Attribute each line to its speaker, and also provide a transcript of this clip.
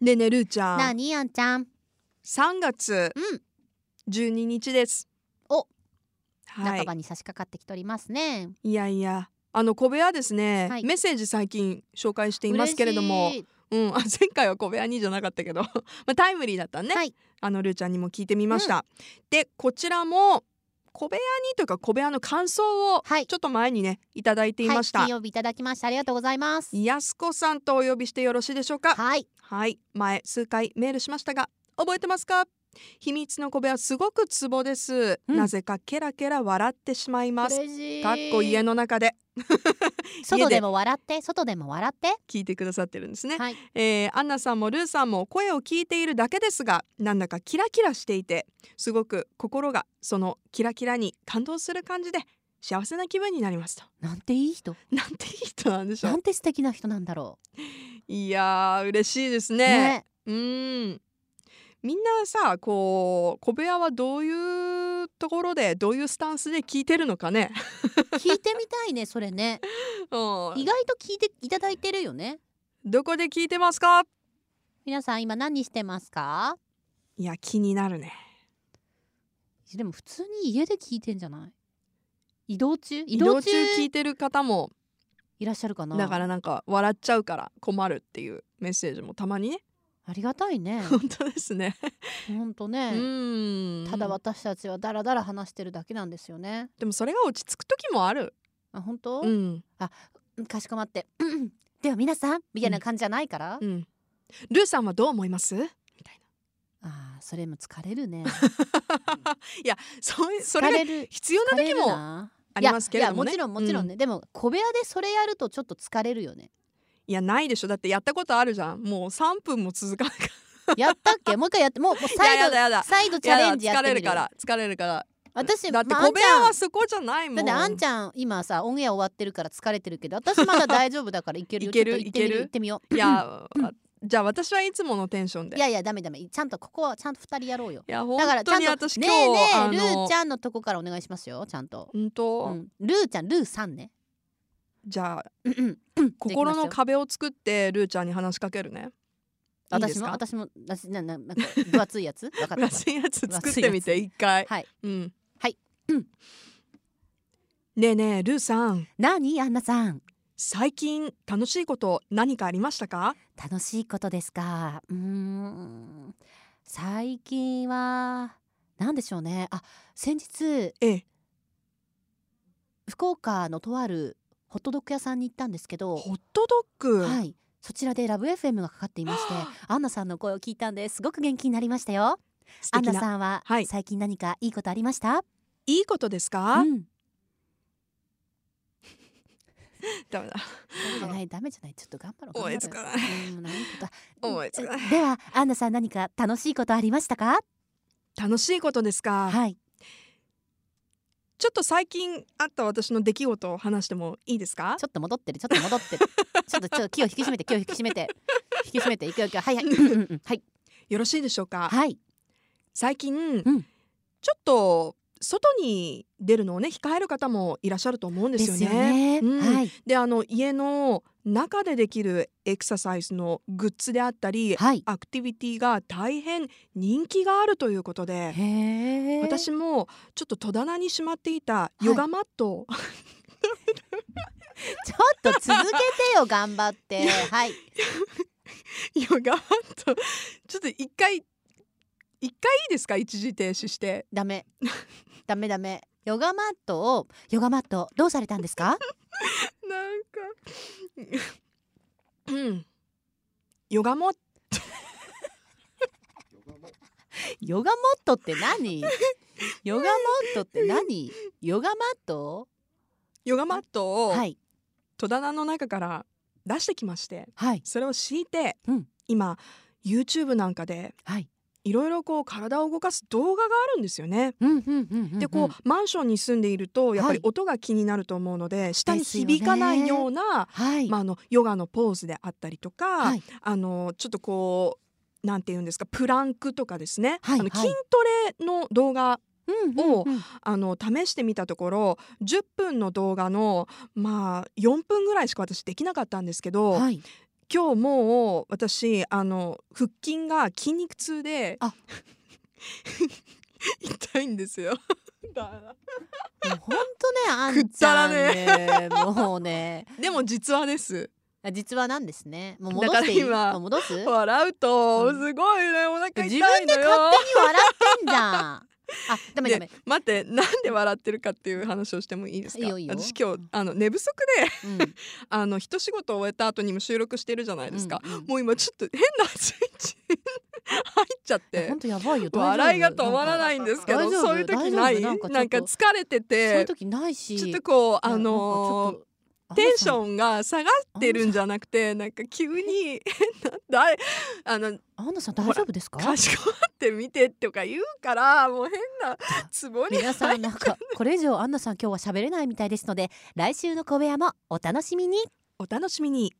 Speaker 1: ねえねえるーちゃ
Speaker 2: なんにあんちゃん
Speaker 1: 3月
Speaker 2: うん
Speaker 1: 12日です、
Speaker 2: お
Speaker 1: は
Speaker 2: 半
Speaker 1: い
Speaker 2: ばに差し掛かってきておりますね、
Speaker 1: いやいやあの小部屋ですね、
Speaker 2: はい
Speaker 1: メッセージ最近紹介していますけれども
Speaker 2: 嬉しい
Speaker 1: うん、あ前回は小部屋にじゃなかったけど まあタイムリーだったね、
Speaker 2: はい
Speaker 1: あのるーちゃんにも聞いてみました、でこちらも小部屋にというか小部屋の感想を
Speaker 2: はい
Speaker 1: ちょっと前にねいただいていました、
Speaker 2: はい、金曜日いただきましたありがとうございます
Speaker 1: やすこさんとお呼びしてよろしいでしょうか
Speaker 2: はい
Speaker 1: はい前数回メールしましたが覚えてますか秘密の小部屋すごくツボです、
Speaker 2: うん
Speaker 1: なぜかケラケラ笑ってしまいます
Speaker 2: 嬉しい
Speaker 1: かっこ家の中で
Speaker 2: 外でも笑って外でも笑って
Speaker 1: 聞いてくださってるんですね、
Speaker 2: はい
Speaker 1: えーアンナさんもルーさんも声を聞いているだけですがなんだかキラキラしていてすごく心がそのキラキラに感動する感じで幸せな気分になりますと
Speaker 2: なんていい人
Speaker 1: なんていい人なんでしょ
Speaker 2: な
Speaker 1: うん
Speaker 2: て素敵な人なんだろ
Speaker 1: いやー嬉しいです
Speaker 2: う
Speaker 1: ねうーんみんなさこう小部屋はどういうところでどういうスタンスで聞いてるのかね。
Speaker 2: 聞いてみたいねそれね
Speaker 1: うん
Speaker 2: 意外と聞いていただいてるよね
Speaker 1: どこで聞いてますか
Speaker 2: 皆さん今何してますか
Speaker 1: いや気になるね。
Speaker 2: でも普通に家で聞いてんじゃない移動中移
Speaker 1: 移
Speaker 2: 動
Speaker 1: 動
Speaker 2: 中
Speaker 1: 中聞いてる方も
Speaker 2: いらっしゃるかな
Speaker 1: だからなんか笑っちゃうから困るっていうメッセージもたまにね。
Speaker 2: ありがたいね
Speaker 1: 本当ですね。
Speaker 2: ほんと
Speaker 1: う
Speaker 2: ね、
Speaker 1: ーん
Speaker 2: ただ私たちはダラダラ話してるだけなんですよね。
Speaker 1: でもそれが落ち着く時もある。
Speaker 2: あ本当、
Speaker 1: うん
Speaker 2: かしこまってうんでは皆さんみたいな感じじゃないから、
Speaker 1: うん。ルーさんはどう思います？み たい
Speaker 2: あーそれも疲れ るね
Speaker 1: な。いやそういうそ
Speaker 2: 疲
Speaker 1: れが
Speaker 2: れる
Speaker 1: 必要な時
Speaker 2: 疲れる
Speaker 1: も
Speaker 2: な
Speaker 1: ありますけれどもね。
Speaker 2: いやいやもちろんもちろんね、でも小部屋でそれやるとちょっと疲れるよね
Speaker 1: いやないでしょだってやったことあるじゃんもう3分も続かないか
Speaker 2: やったっけもう一回やってもうもう
Speaker 1: らい
Speaker 2: 再
Speaker 1: やや
Speaker 2: 度
Speaker 1: だやだ
Speaker 2: 再度チャ
Speaker 1: や
Speaker 2: レ
Speaker 1: だ
Speaker 2: ンジや
Speaker 1: 疲
Speaker 2: って
Speaker 1: れ
Speaker 2: みる
Speaker 1: るから疲れるから
Speaker 2: 私
Speaker 1: だって
Speaker 2: まああ
Speaker 1: 小
Speaker 2: ん
Speaker 1: 部
Speaker 2: ちゃん
Speaker 1: 屋はそこじゃないもん
Speaker 2: だってあんちゃん今さオンエア終わってるから疲れてるけど私まだ大丈夫だからいけるよ
Speaker 1: いける
Speaker 2: ちょっと行ってみ
Speaker 1: いける
Speaker 2: 行ってみよう
Speaker 1: いやあじゃあ私はいつものテンションで
Speaker 2: いやいやダメダメちゃんとここはちゃんと二人やろうよ
Speaker 1: いや本
Speaker 2: だからち
Speaker 1: 当
Speaker 2: ゃん
Speaker 1: に
Speaker 2: と
Speaker 1: 私今
Speaker 2: ね
Speaker 1: 日
Speaker 2: えね
Speaker 1: あ
Speaker 2: えルー
Speaker 1: の
Speaker 2: ちゃんのとこからお願いしますよちゃんと、
Speaker 1: 本
Speaker 2: う
Speaker 1: 当
Speaker 2: ん、ルーちゃんルーさんね
Speaker 1: じゃあ
Speaker 2: うんうん
Speaker 1: 心の壁を作ってルーちゃんに話しかけるねいいで
Speaker 2: 私
Speaker 1: す
Speaker 2: も
Speaker 1: か
Speaker 2: 私も私なななんか分厚 いやつ分かっ
Speaker 1: 分
Speaker 2: た
Speaker 1: 厚いやつ作ってみて一回
Speaker 2: はい
Speaker 1: うん
Speaker 2: はいうん
Speaker 1: ねえねえルーさん
Speaker 2: 何アンナさん
Speaker 1: 最近楽しいこと何かありましたか
Speaker 2: 楽しいことですかうーん最近は何でしょうねあ先日
Speaker 1: ええ
Speaker 2: 福岡のとあるホットドッグ屋さんに行ったんですけど
Speaker 1: ホットドッグ
Speaker 2: はいそちらでラブ f m がかかっていましてアンナさんの声を聞いたんですごく元気になりましたよ
Speaker 1: 素
Speaker 2: アン
Speaker 1: 敵な
Speaker 2: ナさんは
Speaker 1: はい
Speaker 2: 最近何かいいことありました、
Speaker 1: いいことですか
Speaker 2: うん
Speaker 1: ダメだ
Speaker 2: ダメ じゃないダメじゃないちょっと頑張ろう
Speaker 1: 思い
Speaker 2: 頑
Speaker 1: つ
Speaker 2: 張ろ
Speaker 1: か
Speaker 2: う
Speaker 1: ない
Speaker 2: うんなんとか
Speaker 1: 思いつかない
Speaker 2: ではアンナさん何か楽しいことありましたか
Speaker 1: 楽しいことですか、
Speaker 2: はい
Speaker 1: ちょっと最近あった私の出来事を話してもいいですか
Speaker 2: ちょっと戻ってるちょっと戻 ってるちょっとちょっと気を引き締めて気を引き締めて引き締めていくよいくよはいはいうんうんうんはい
Speaker 1: よろしいでしょうか、
Speaker 2: はい
Speaker 1: 最近、
Speaker 2: ん
Speaker 1: ちょっと外に出るのをね控える方もいらっしゃると思うんですよね。うん
Speaker 2: はい
Speaker 1: であの家の中でできるエクササイズのグッズであったり、
Speaker 2: はい
Speaker 1: アクティビティが大変人気があるということで
Speaker 2: へえ
Speaker 1: 私もちょっと戸棚にしまっていたヨガマットを、
Speaker 2: ちょっと続けてよ頑張 ってはい
Speaker 1: ヨガマットちょっと一回一回いいですか一時停止して
Speaker 2: ダメダメダメヨガマットをヨガマットどうされたんですか
Speaker 1: なんかうんヨガマット
Speaker 2: ヨガマットって 何ヨガマットって何ヨガマット
Speaker 1: ヨガマットを
Speaker 2: はい
Speaker 1: 戸棚の中から出してきまして
Speaker 2: はい
Speaker 1: それを敷いて、
Speaker 2: うん
Speaker 1: 今 YouTube なんかで
Speaker 2: はい
Speaker 1: いろいろこう体を動かす動画があるんですよね。
Speaker 2: うんうんうんうんうん
Speaker 1: でこう、マンションに住んでいるとやっぱり
Speaker 2: はい
Speaker 1: 音が気になると思うので、下に
Speaker 2: ですよね
Speaker 1: 響かないような
Speaker 2: はい、
Speaker 1: まあ、あのヨガのポーズであったりとか、
Speaker 2: はい
Speaker 1: あのちょっとこうなんて言うんですかプランクとかですね、
Speaker 2: はい
Speaker 1: あの
Speaker 2: はい
Speaker 1: 筋トレの動画
Speaker 2: うん
Speaker 1: を
Speaker 2: うんうん
Speaker 1: あの試してみたところ10分の動画のまあ4分ぐらいしか私できなかったんですけど、
Speaker 2: はい
Speaker 1: 今日もう私あの腹筋が筋肉痛で
Speaker 2: あ
Speaker 1: 痛いんですよ。だ
Speaker 2: もうほ んとね、あんちゃんね、もうね、
Speaker 1: でも実話です。
Speaker 2: あ実はなんですね。もう
Speaker 1: だ
Speaker 2: 戻
Speaker 1: から
Speaker 2: していい
Speaker 1: 今
Speaker 2: あ戻す自分
Speaker 1: 笑うと
Speaker 2: うん
Speaker 1: すごいねお腹痛いの
Speaker 2: で
Speaker 1: よ。
Speaker 2: 勝手に笑ってんじゃん。あ、ダメダメ
Speaker 1: で。待ってなんで笑ってるかっていう話をしてもいいですか
Speaker 2: いいよいいよ
Speaker 1: 私今
Speaker 2: う
Speaker 1: 日
Speaker 2: ん
Speaker 1: あの寝不足で
Speaker 2: うん
Speaker 1: あの一仕事終えた後にも収録してるじゃないですか、
Speaker 2: うんうん
Speaker 1: もう今ちょっと変なスイッチ入っちゃっ
Speaker 2: いや
Speaker 1: て
Speaker 2: ほんとやばいよ。大丈夫
Speaker 1: 笑いが止まらないんですけ
Speaker 2: なん
Speaker 1: ど
Speaker 2: か
Speaker 1: そういう時ない
Speaker 2: 大丈
Speaker 1: なん
Speaker 2: 夫
Speaker 1: か
Speaker 2: なんかちょっと
Speaker 1: 疲れて
Speaker 2: そうい
Speaker 1: て
Speaker 2: う時ないし。
Speaker 1: ちょっとこう
Speaker 2: いや
Speaker 1: あ
Speaker 2: なんかち
Speaker 1: の
Speaker 2: ょっと
Speaker 1: テンシ
Speaker 2: ン。
Speaker 1: ョンが下がってるんじゃなくてなんか急になんだあの
Speaker 2: アンナさん大丈夫ですか
Speaker 1: かしこまって見てとか言うからもう変なつぼに
Speaker 2: 皆さんなんかこれ以上アンナさん今日は喋れないみたいですので来週の小部屋もお楽しみに
Speaker 1: お楽しみに